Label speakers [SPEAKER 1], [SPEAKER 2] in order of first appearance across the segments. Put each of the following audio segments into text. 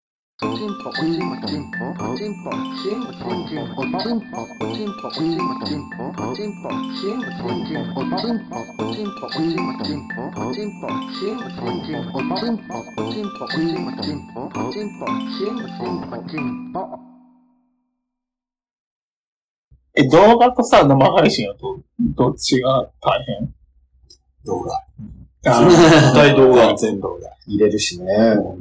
[SPEAKER 1] チンポおチンポチンポおチンポチンポチンポおチンポおチンポおチンポチンポおチンポチンポチンポおチンポおチンポおチンポチンポおチンポチンポチンポおチンポおチンポチンポチンポおチンポチンポチンポチンポ
[SPEAKER 2] え、動画とさ、生配信はど、どっちが大変
[SPEAKER 3] 動画。
[SPEAKER 2] あー絶対動画。
[SPEAKER 3] 全動画。入れるしね。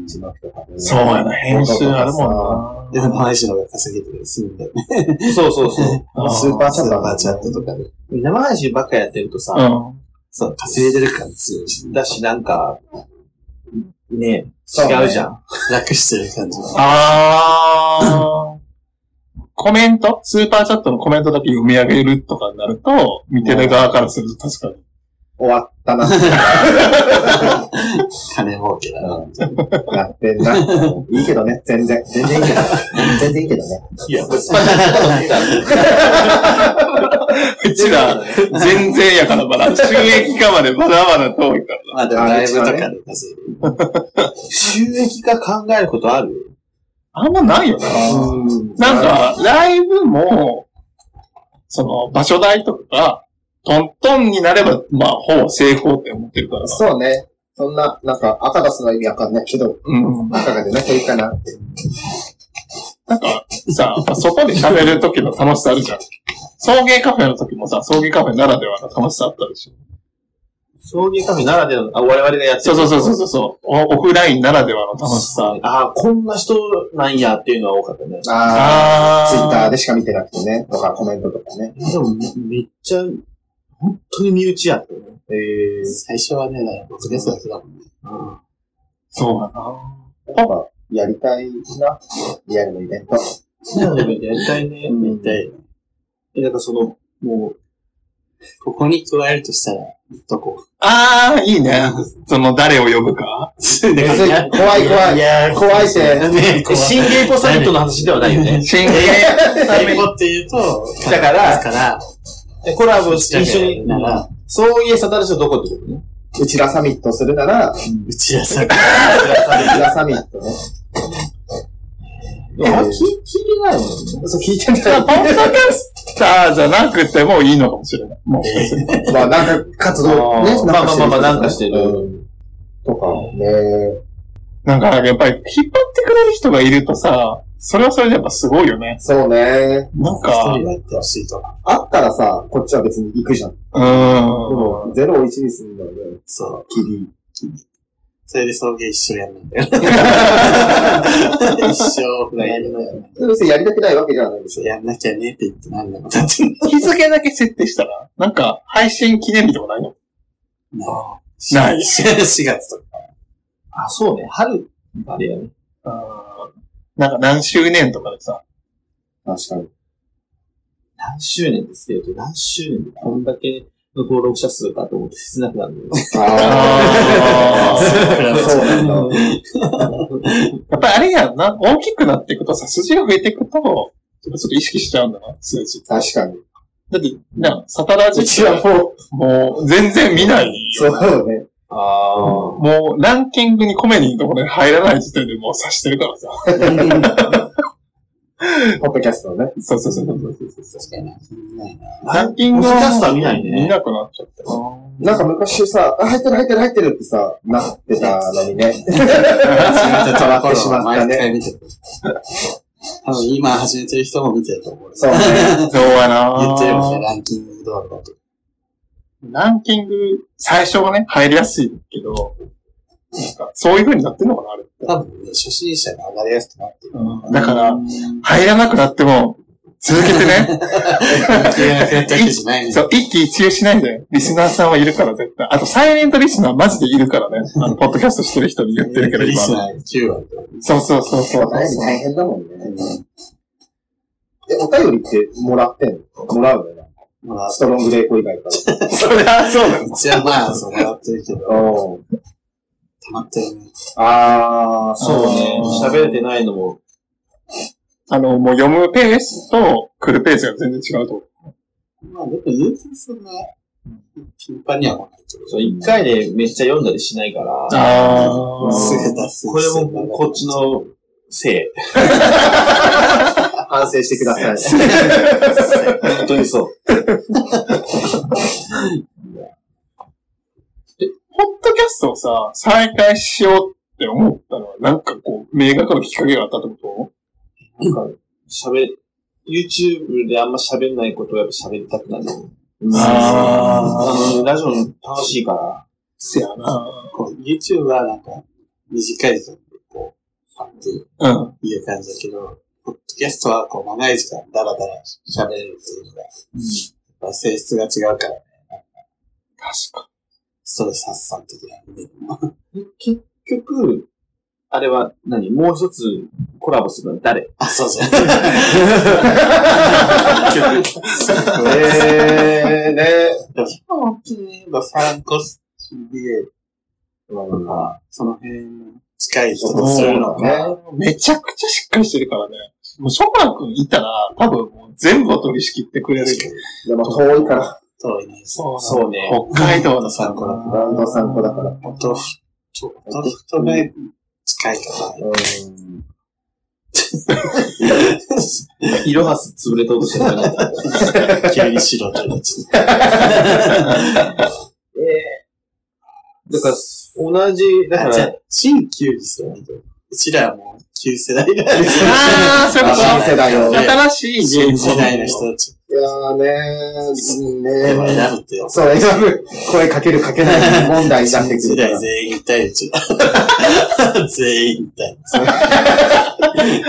[SPEAKER 3] 字幕とかね。
[SPEAKER 2] そうやな、編集ある
[SPEAKER 3] ん
[SPEAKER 2] もん
[SPEAKER 3] で、
[SPEAKER 2] な。
[SPEAKER 3] 生配信の方が稼げてるするんだよね。
[SPEAKER 4] そうそうそう。
[SPEAKER 2] あ
[SPEAKER 3] スーパー
[SPEAKER 2] サ
[SPEAKER 3] サ
[SPEAKER 2] ブ
[SPEAKER 3] ーバーチャットとかで。生配信ばっかやってるとさ、
[SPEAKER 2] うん。
[SPEAKER 3] そう、稼いでる感強いし、だしなんか、ね
[SPEAKER 4] そうね
[SPEAKER 3] 違うじゃん。楽してる感じが。
[SPEAKER 2] あー。コメントスーパーチャットのコメントだけ読み上げるとかになると、見てる側からすると確かに。
[SPEAKER 4] 終わったな。
[SPEAKER 3] 金儲けだな。
[SPEAKER 4] やってんな。 いいけどね、全然。全然いいけど。 全然いいけどね。
[SPEAKER 2] い や、うちら、全然やからまだ、 収益化までまだまだ遠いから。
[SPEAKER 3] まあでもライブとかで稼いでる。収益化考えることある
[SPEAKER 2] あんまないよな。
[SPEAKER 3] うん。
[SPEAKER 2] なんか、ライブも、その、場所代とかが、トントンになれば、まあ、ほぼ成功って思ってるから。
[SPEAKER 4] そうね。そんな、なんか、赤出すの意味わかんないけど、
[SPEAKER 2] うん。
[SPEAKER 4] 赤が出なきゃいいかなって。
[SPEAKER 2] なんか、さ、外で喋る時の楽しさあるじゃん。送迎カフェの時もさ、送迎カフェならではの楽しさあったでしょ。
[SPEAKER 3] 送迎カフェならではの、あ、我々がやって
[SPEAKER 2] そうそうそうそうそうお。オフラインならではの楽しさ。
[SPEAKER 3] ああ、こんな人なんやっていうのは多かったね。
[SPEAKER 4] あ
[SPEAKER 2] あ
[SPEAKER 4] あ、ツイッター
[SPEAKER 2] で。
[SPEAKER 4] でしか見てなくてね、とかコメントとかね。
[SPEAKER 3] でも、めっちゃ、本当に身内やったね。ええ最初はね、なんか、ポッドキャストだけだもんね。
[SPEAKER 2] そうだな。
[SPEAKER 4] やっぱ、やりたいな。リアルのイベント。
[SPEAKER 3] そうだね、やりたいね。や
[SPEAKER 4] うん
[SPEAKER 3] りたい。え、なんかその、もう、ここに加えるとしたら、どこ
[SPEAKER 2] ああ、いいね。その、誰を呼ぶか。
[SPEAKER 3] 怖い
[SPEAKER 4] えそれ怖い怖い
[SPEAKER 3] やー
[SPEAKER 4] 怖いって
[SPEAKER 3] ね怖い
[SPEAKER 5] 新芸ポサミットの話ではないよね。
[SPEAKER 2] 新
[SPEAKER 3] 最後って言うと、
[SPEAKER 5] だから
[SPEAKER 3] だから、
[SPEAKER 5] コラボして一緒に、
[SPEAKER 3] なら、
[SPEAKER 5] そういうサタルシはどこってことね。
[SPEAKER 4] うちらサミットするなら、う
[SPEAKER 3] うちらさ、
[SPEAKER 4] ちらサミット ね。
[SPEAKER 5] でもあんま聞い聞いてないもんね。
[SPEAKER 4] そう聞いてない。
[SPEAKER 2] ポッドキャスターじゃなくてもいいのかもしれない。もしかしたら
[SPEAKER 4] まあ、なんか活動ね
[SPEAKER 5] あ、ー
[SPEAKER 4] なんかしてる人とかね
[SPEAKER 5] まあまあまあなんかしてる
[SPEAKER 4] うんとかね。
[SPEAKER 2] なんか、やっぱり引っ張ってくれる人がいるとさ、それはそれでやっぱすごいよね。
[SPEAKER 4] そうね。
[SPEAKER 2] なん
[SPEAKER 3] 一
[SPEAKER 2] か、
[SPEAKER 3] 人でやってほしいとか。
[SPEAKER 4] あったらさ、こっちは別に行くじゃん。で
[SPEAKER 2] うーん。
[SPEAKER 4] も、ゼロを1にするので、
[SPEAKER 3] そう。
[SPEAKER 4] きり。
[SPEAKER 3] それで送迎一緒にやんないんだよ。一生オフラインやるのよ。
[SPEAKER 4] 別にやりたくないわけじゃ ないでしょ。
[SPEAKER 3] やんなきゃねって言ってなんだもん。だって
[SPEAKER 2] 日付だけ設定したら、なんか、配信記念日とかないの
[SPEAKER 3] な
[SPEAKER 2] ない
[SPEAKER 3] 4月とか。
[SPEAKER 5] あ、そうね。春、あれやね。
[SPEAKER 2] なんか何周年とかでさ、
[SPEAKER 4] 確かに。
[SPEAKER 5] 何周年ですけれど、何周年でこんだけの登録者数かと思って切なくなるんだよ。
[SPEAKER 2] あ
[SPEAKER 4] そうなんだ。
[SPEAKER 2] ーやっぱりあれやんな、大きくなっていくとさ、筋が増えていくと、やっぱちょっと意識しちゃうんだな、数字。
[SPEAKER 4] 確かに。
[SPEAKER 2] だって、な、サタラジ
[SPEAKER 4] うちはもう、
[SPEAKER 2] もう全然見ない
[SPEAKER 4] そ
[SPEAKER 2] よ。
[SPEAKER 4] うね。
[SPEAKER 5] あ
[SPEAKER 2] もうランキングにコメディのところに入らない時点でもう察してるからさ。
[SPEAKER 4] ポッドキャストのね。
[SPEAKER 2] そうそうそうそうそうそう
[SPEAKER 3] 確かにな。ないな。
[SPEAKER 2] ランキング
[SPEAKER 5] ポッドキャストは見ないね
[SPEAKER 2] 見なくなっちゃった。
[SPEAKER 4] なんか昔さ、あ入ってる入ってる入ってるってさ、なってたのにね。
[SPEAKER 3] 止ま
[SPEAKER 4] ってしまったね。
[SPEAKER 3] 毎回見てる多分今始めてる人も見てると思う。
[SPEAKER 4] そうね。
[SPEAKER 2] そうやな
[SPEAKER 3] 言ってるもんね、ランキングどうだと。
[SPEAKER 2] ランキング、最初はね、入りやすいけど、なんか、そういう風になってんのかな、あれ。
[SPEAKER 3] 多分ね、初心者が上がりやすくなってる。
[SPEAKER 2] だから、入らなくなっても、続けて ね。
[SPEAKER 3] やってる人じゃないね。
[SPEAKER 2] そう、一喜一憂しないで。リスナーさんはいるから、絶対。あと、サイレントリスナーマジでいるからね。あの、ポッドキャストしてる人に言ってるけど、
[SPEAKER 3] リ
[SPEAKER 2] 今。
[SPEAKER 3] ス
[SPEAKER 2] そう
[SPEAKER 3] ナー9割とか。
[SPEAKER 2] そうそうそう。
[SPEAKER 4] お便り大変だもんね。え、お便りってもらってんのもらうよね。
[SPEAKER 3] もらっ
[SPEAKER 4] ストロングレイコ以外か
[SPEAKER 2] そりゃそうだよ。
[SPEAKER 3] うちはまあ、そう、もらってるけど、
[SPEAKER 4] ら。うん。
[SPEAKER 3] 溜まってるね。
[SPEAKER 4] あー、
[SPEAKER 5] そうね。
[SPEAKER 2] あー
[SPEAKER 5] 喋れてないのも。
[SPEAKER 2] あの、もう読むペースと来るペースが全然違うと思う。
[SPEAKER 3] まあ、でも言うてそんな、頻繁には来ないけど。
[SPEAKER 5] そう、一回でめっちゃ読んだりしないから。
[SPEAKER 2] あ
[SPEAKER 3] すぐ脱
[SPEAKER 5] これ
[SPEAKER 3] 線
[SPEAKER 5] もこっちのせい。
[SPEAKER 4] 反省してください。
[SPEAKER 5] 本当にそう。
[SPEAKER 2] ポッドキャストをさ、再開しようって思ったのは、なんかこう、明確なきっかけがあったってこ
[SPEAKER 5] 喋、YouTube であんま喋んないことをやっぱ喋りたくなる。
[SPEAKER 2] と
[SPEAKER 5] あ
[SPEAKER 2] あ
[SPEAKER 5] の、ラジオ楽しいから。
[SPEAKER 2] せやな。
[SPEAKER 3] こう YouTube はなんか、短い時間でこう、パッて
[SPEAKER 2] うん。
[SPEAKER 3] いう感じだけど、ポッドキャストはこう、長い時間ダラダラ喋れるっていうのが、やっぱ性質が違うから、
[SPEAKER 2] 確か
[SPEAKER 3] ストレス発散的な意味でも。
[SPEAKER 5] 結局、あれは何もう一つコラボするのは誰
[SPEAKER 3] あ、そうそう。
[SPEAKER 4] えー、ね
[SPEAKER 3] ヒコロキーのサンコスで、なんか、その辺の近い人とするのね。
[SPEAKER 2] に。めちゃくちゃしっかりしてるからね。もう、ショパン君いたら、多分もう全部を取り仕切ってくれる。
[SPEAKER 4] でも遠いから、
[SPEAKER 3] 遠いね。
[SPEAKER 2] そう
[SPEAKER 5] そうね
[SPEAKER 2] 北海道の
[SPEAKER 3] サンコラ
[SPEAKER 4] ラウンド3個だから。
[SPEAKER 3] お豆腐、お豆腐とね、近いか
[SPEAKER 4] うん。
[SPEAKER 5] イロハス潰れたことしてるから。
[SPEAKER 3] ら、急に白とね。
[SPEAKER 5] だから、同じ、だか
[SPEAKER 3] あ、じゃ
[SPEAKER 5] ら、
[SPEAKER 3] あ、新旧にするうちらはもう旧世代だ よ。
[SPEAKER 2] ああ、そういうこ
[SPEAKER 4] 新世代を。い
[SPEAKER 2] と。新しい
[SPEAKER 3] 新
[SPEAKER 2] 芸
[SPEAKER 3] 世
[SPEAKER 2] 術
[SPEAKER 3] 代の人たち。
[SPEAKER 4] やーねー、
[SPEAKER 3] で
[SPEAKER 4] ね
[SPEAKER 3] も
[SPEAKER 4] ー。
[SPEAKER 3] 選ぶってよ。
[SPEAKER 4] そう、選ぶ。声かけるかけない問題になってく
[SPEAKER 3] 世
[SPEAKER 4] るか
[SPEAKER 3] 代全員いたいで ちょ。全 員いたい。
[SPEAKER 4] ら。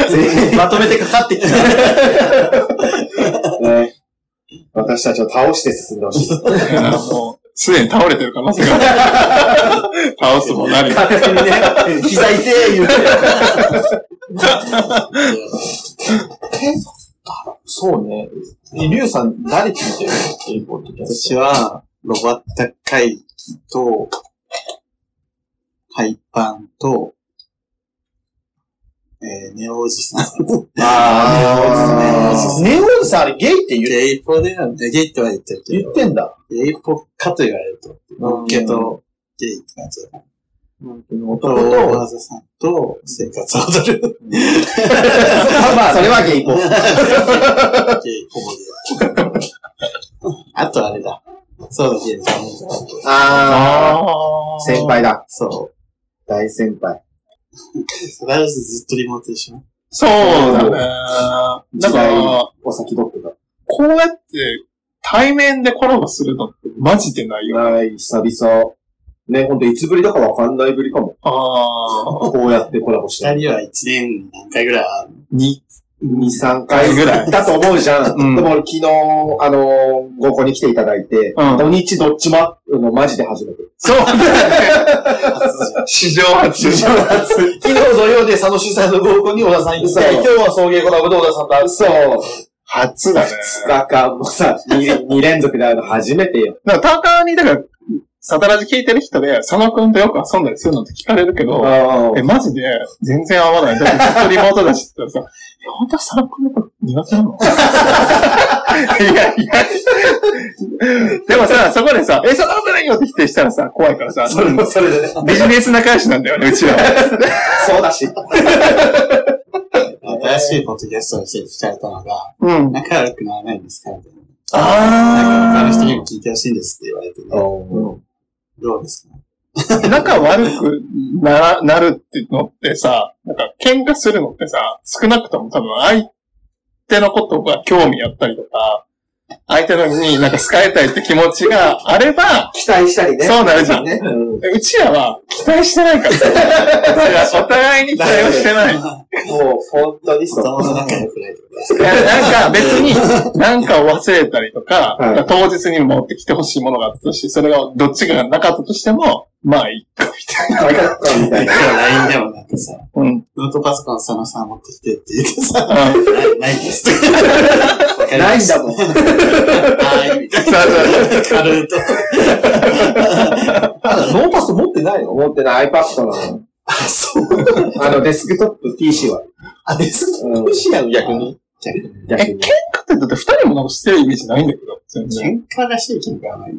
[SPEAKER 4] 全員
[SPEAKER 5] まとめてかかっ てきた。
[SPEAKER 4] ね。私たちを倒して進んでほしい。
[SPEAKER 2] もう、すでに倒れてる可能性がある。倒すも何も。
[SPEAKER 4] 勝手にね、膝痛い言うて。
[SPEAKER 5] そうね。リュウさん、誰聞いてるっていうポッドキャス
[SPEAKER 3] 私は、ロバッタ会議と、ハイパンと、えー、ネオおじさん。
[SPEAKER 5] ト。あ
[SPEAKER 4] ー
[SPEAKER 5] ネオンさん、あれゲイって言う
[SPEAKER 3] ゲイポでは、ゲイっては言ってるけ
[SPEAKER 5] 言
[SPEAKER 3] ど
[SPEAKER 5] っ、てんだ。
[SPEAKER 3] ゲイポかと言われると、ノッケとゲイって感じだな。
[SPEAKER 5] 男
[SPEAKER 3] と、
[SPEAKER 5] と、
[SPEAKER 3] 大さんと、生活を踊る。
[SPEAKER 4] まあまあ、それはゲイポ。
[SPEAKER 3] ゲイポで。あとあれだ。そうだ、ゲイポ。
[SPEAKER 4] あ
[SPEAKER 2] あ
[SPEAKER 4] ー、先。輩だ。
[SPEAKER 3] そう。
[SPEAKER 4] 大先輩。
[SPEAKER 3] サバイズずっとリモートでしょ
[SPEAKER 2] そうだね。だ
[SPEAKER 4] 時
[SPEAKER 2] か
[SPEAKER 4] 代
[SPEAKER 2] ら、
[SPEAKER 4] お先取って
[SPEAKER 2] こうやって対面でコラボするのってマジでない
[SPEAKER 4] た。
[SPEAKER 2] よ。
[SPEAKER 4] ない、久々。ね、ほんといつぶりだかわかんないぶりかも。
[SPEAKER 2] ああ、
[SPEAKER 4] こうやってコラボして
[SPEAKER 3] 二。人は一年に何回ぐらい会うの
[SPEAKER 2] に、
[SPEAKER 4] 2、3回ぐらい。だと思うじゃん。
[SPEAKER 2] うん
[SPEAKER 4] でも俺昨日、あのー、合コンに来ていただいて、
[SPEAKER 2] うん
[SPEAKER 4] 土日どっちもああの、マジで初めて。
[SPEAKER 2] そうだね。史上初。
[SPEAKER 4] 初。
[SPEAKER 5] 昨日土曜で佐野主催の合コンに小田さん行っ
[SPEAKER 4] そ
[SPEAKER 5] て
[SPEAKER 4] う、
[SPEAKER 5] 今日は送迎コラボで小田さんと会う。
[SPEAKER 4] そう、
[SPEAKER 2] 初だね。
[SPEAKER 4] 2日間もさ、2, 二連続で会うの初めてよ。
[SPEAKER 2] だから、たかに、だから、サタラジ聞いてる人で、佐野くんとよく遊んだりするのって聞かれるけど、
[SPEAKER 4] あ
[SPEAKER 2] え、マジで、全然合わない。だってずっとリモートだしって言ったらさ、え本当は佐野くんのこと苦手なのいやいや。でもさ、そこでさ、え、佐野くんないよって否定したらさ、怖いからさ、
[SPEAKER 4] それ もそれでね。
[SPEAKER 2] ビジネス仲良しなんだよね、うちらは。
[SPEAKER 4] そうだし。
[SPEAKER 3] 新しいポッドキャストの人に聞かれたのが、
[SPEAKER 2] うん。
[SPEAKER 3] 仲良くならないんですかみたいな。
[SPEAKER 2] あ
[SPEAKER 3] 他の人にも聞いてほしいんですって言われてね。どうですか
[SPEAKER 2] 仲悪くなら、なるってのってさ、なんか喧嘩するのってさ、少なくとも多分相手のことが興味あったりとか、相手のになんか好かれたいって気持ちがあれば、
[SPEAKER 4] 期待したりね。
[SPEAKER 2] そうなるじゃん。
[SPEAKER 4] ね。うん
[SPEAKER 2] うちらは期待してないから。だからお互いに期待をしてない。い
[SPEAKER 4] もう、本当に
[SPEAKER 3] 子
[SPEAKER 4] そう。
[SPEAKER 3] 供と 仲良くないとか。
[SPEAKER 2] やなんか別に、なんかを忘れたりとか、
[SPEAKER 4] はい
[SPEAKER 2] なんか当日に持ってきてほしいものがあったとして、それがどっちかがなかったとしても、まあいい。
[SPEAKER 4] わかったみたいな。
[SPEAKER 3] 今日 LINE でもなんかさ、
[SPEAKER 2] うん。うん
[SPEAKER 3] ノートパソコン佐野さん持ってきてって言ってさ、
[SPEAKER 2] そう
[SPEAKER 3] ないないですとか。わかり
[SPEAKER 4] な
[SPEAKER 3] ま
[SPEAKER 4] いん
[SPEAKER 3] した
[SPEAKER 4] だもん。
[SPEAKER 3] はい、みたい
[SPEAKER 2] そうそう
[SPEAKER 3] な。軽いと。
[SPEAKER 5] ノーパス持ってないの
[SPEAKER 4] 思ってない iPad なの。
[SPEAKER 3] あ、そう。
[SPEAKER 4] あの、デスクトップ PC は。
[SPEAKER 3] あ、です。
[SPEAKER 4] うん。
[SPEAKER 5] シアの逆に。
[SPEAKER 4] 逆に。
[SPEAKER 2] かってだって二人もなんかしてるイメージないんだけど、全然。
[SPEAKER 3] 喧嘩らしい喧嘩はない。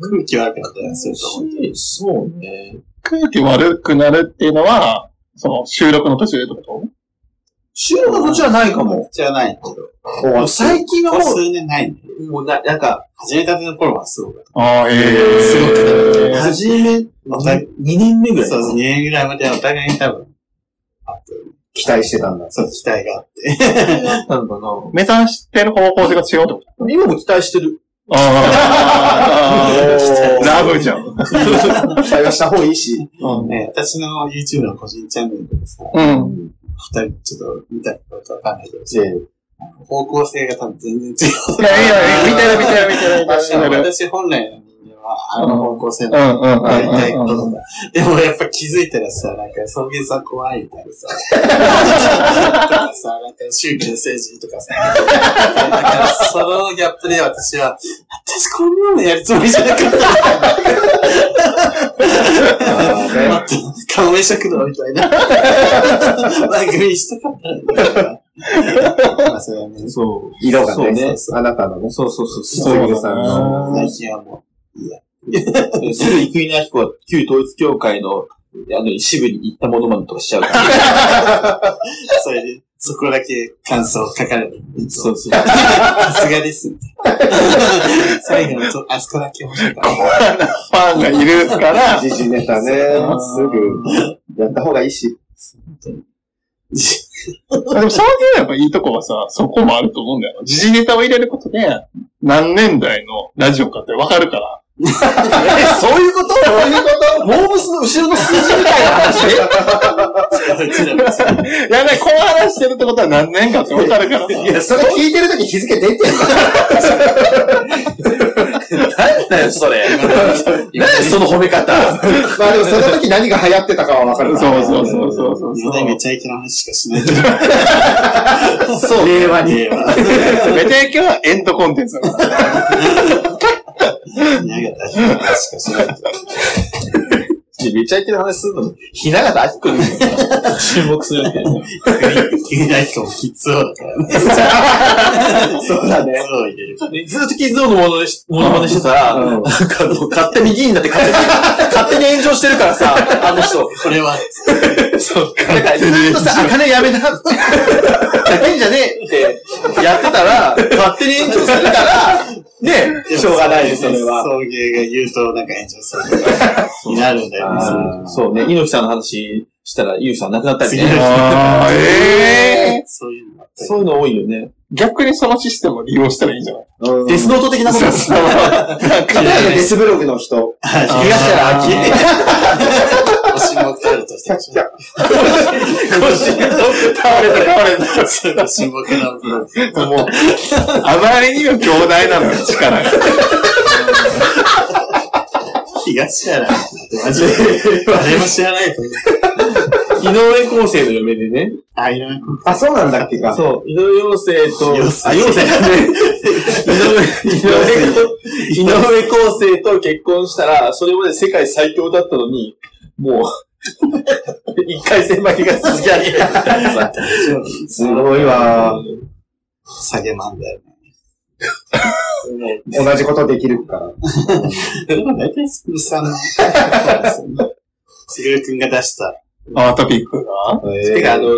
[SPEAKER 3] 空気悪かったりすると思う。
[SPEAKER 5] そうね。
[SPEAKER 2] 空気悪くなるっていうのは、その収録の途中でってこと
[SPEAKER 5] 週の形はないかも。
[SPEAKER 3] じゃないけど。
[SPEAKER 5] もう最近は
[SPEAKER 3] ここ
[SPEAKER 5] も
[SPEAKER 3] 数年ないね。
[SPEAKER 5] う、もうな、なんか、
[SPEAKER 3] 始めたての頃はすごかっ
[SPEAKER 2] ああ、ええ。
[SPEAKER 5] すごく
[SPEAKER 2] ええ
[SPEAKER 5] 初め、
[SPEAKER 3] お互い
[SPEAKER 5] 2年目ぐ
[SPEAKER 3] た。
[SPEAKER 5] らいか
[SPEAKER 3] そうそう、2年ぐらいまではお互いに多分、
[SPEAKER 4] 期待してたんだ。
[SPEAKER 3] そう、期待があって。
[SPEAKER 5] だったのかな。
[SPEAKER 2] 目指してる方向性が違うってこと
[SPEAKER 5] 今も期待してる。
[SPEAKER 2] ああ、
[SPEAKER 4] おー
[SPEAKER 2] ラブじゃん。うん。
[SPEAKER 4] 期待はした方がいい し。
[SPEAKER 3] ね私の YouTube の個人チャンネルとかさ、
[SPEAKER 2] うん。
[SPEAKER 3] 二人ちょっと見たことわかんないけど、
[SPEAKER 4] ええ
[SPEAKER 3] 方向性が多分全然違う。
[SPEAKER 2] いや、いや、見てる見てる見てる見
[SPEAKER 3] 私
[SPEAKER 2] てる。
[SPEAKER 3] 私本来の人間は、あの方向性
[SPEAKER 2] う
[SPEAKER 3] の
[SPEAKER 2] んうんうん
[SPEAKER 3] やりたいこ
[SPEAKER 2] うんうん。
[SPEAKER 3] とだ。でもやっぱ気づいたらさ、なんか、草原さん怖いみたいなさ、とかさ、なんか、宗教政治とかさ、だからそのギャップで私は、私こんなのやるつもりじゃなかった。もっと、顔面食堂みたいな番組にしたかったんだけどまあ、それはね、
[SPEAKER 5] そう。
[SPEAKER 4] 色が
[SPEAKER 5] そう
[SPEAKER 4] ね
[SPEAKER 5] ね、
[SPEAKER 4] あなたのね、
[SPEAKER 5] そうそうそう。す
[SPEAKER 4] そういうさんの。
[SPEAKER 3] 最近はも
[SPEAKER 5] ぐ、すぐ生稲彦は旧統一教会の、あの、支部に行ったものまねとかしちゃうから。
[SPEAKER 3] う、それで、そこだけ感想を書かれる。
[SPEAKER 5] そうそう。
[SPEAKER 3] さすがです。最後のと、あそこだけ面白かっ
[SPEAKER 2] ファンがいるから、
[SPEAKER 4] 時事ネタね、すぐやった方がいいし。
[SPEAKER 2] でも、そういうやっぱいいとこはさ、そこもあると思うんだよな。時事ネタを入れることで、何年代のラジオかってわかるから。
[SPEAKER 5] そういうことそういうことモームスの後ろの数字みたいな話
[SPEAKER 3] た。うちらの
[SPEAKER 2] い やね、こう話してるってことは何年かってわかるからさ。
[SPEAKER 4] や、それ聞いてるとき日付出てる
[SPEAKER 5] 何だよ、それ。 何その褒め方。
[SPEAKER 4] まあでもその時何が流行ってたかはわかるから
[SPEAKER 2] そうそうそうそうそう。
[SPEAKER 3] 日本でめちゃイケの話しかしないけど。
[SPEAKER 5] そう。令和に。
[SPEAKER 2] めちゃイケはエンドコンテンツだから。
[SPEAKER 3] 宮形明の話しかしないけど。
[SPEAKER 5] めちゃイケの話するのに、ひながたあきくんに注目するって。
[SPEAKER 3] 君な人もきつそうだからね。
[SPEAKER 4] そうだね。
[SPEAKER 3] そう入れる。
[SPEAKER 5] でずっとキズオのものものまねしてたら、
[SPEAKER 4] う
[SPEAKER 5] なんんかあの、勝手に議員になって勝手に、勝手に炎上してるからさ、あの人。
[SPEAKER 3] これは、
[SPEAKER 5] そうか。だからずっとさ、あかねやめな。叫んじゃねえってやってたら、勝手に炎上するから、ね
[SPEAKER 3] でも
[SPEAKER 5] しょうがないです、それは。
[SPEAKER 3] 送迎が言うと、なんか炎上するとか、になるんだよね。
[SPEAKER 4] あー
[SPEAKER 5] そうね、猪木さんの話したら、猪木さん亡くなったり
[SPEAKER 3] 次
[SPEAKER 5] ね。
[SPEAKER 2] ああ、ええ
[SPEAKER 3] そういうのがあったり
[SPEAKER 5] そういうの多いよね。
[SPEAKER 2] 逆にそのシステムを利用したらいいんじゃない
[SPEAKER 4] うん
[SPEAKER 5] デスノート的なことです。
[SPEAKER 4] 片やねデスブログの人。
[SPEAKER 5] 東原明恵。
[SPEAKER 3] 推しも取るとしてほしい。
[SPEAKER 2] 腰が倒れた倒れた。
[SPEAKER 3] そう推しも取るとして
[SPEAKER 2] もう、あまりにも強大なのよ、力が。
[SPEAKER 3] 東原明マジで。誰も知らないと思う。
[SPEAKER 5] 井上康生の嫁でね。
[SPEAKER 3] あ、いろいろ。
[SPEAKER 4] あ、そうなんだっけか。
[SPEAKER 5] そう、井上陽生と、
[SPEAKER 3] 陽生
[SPEAKER 5] あ、陽生だね。井上、井上、井上康生と結婚したら、それまで世界最強だったのに、もう、一回戦負けが続き上げるみたいなさ。
[SPEAKER 4] すごいわ。
[SPEAKER 3] 下げまんだよね。
[SPEAKER 4] 同じことできるから。
[SPEAKER 3] でも大体スクールさんの。すぐるくんが出した。
[SPEAKER 2] あ、トピックが
[SPEAKER 5] てか、あ
[SPEAKER 4] え
[SPEAKER 5] の、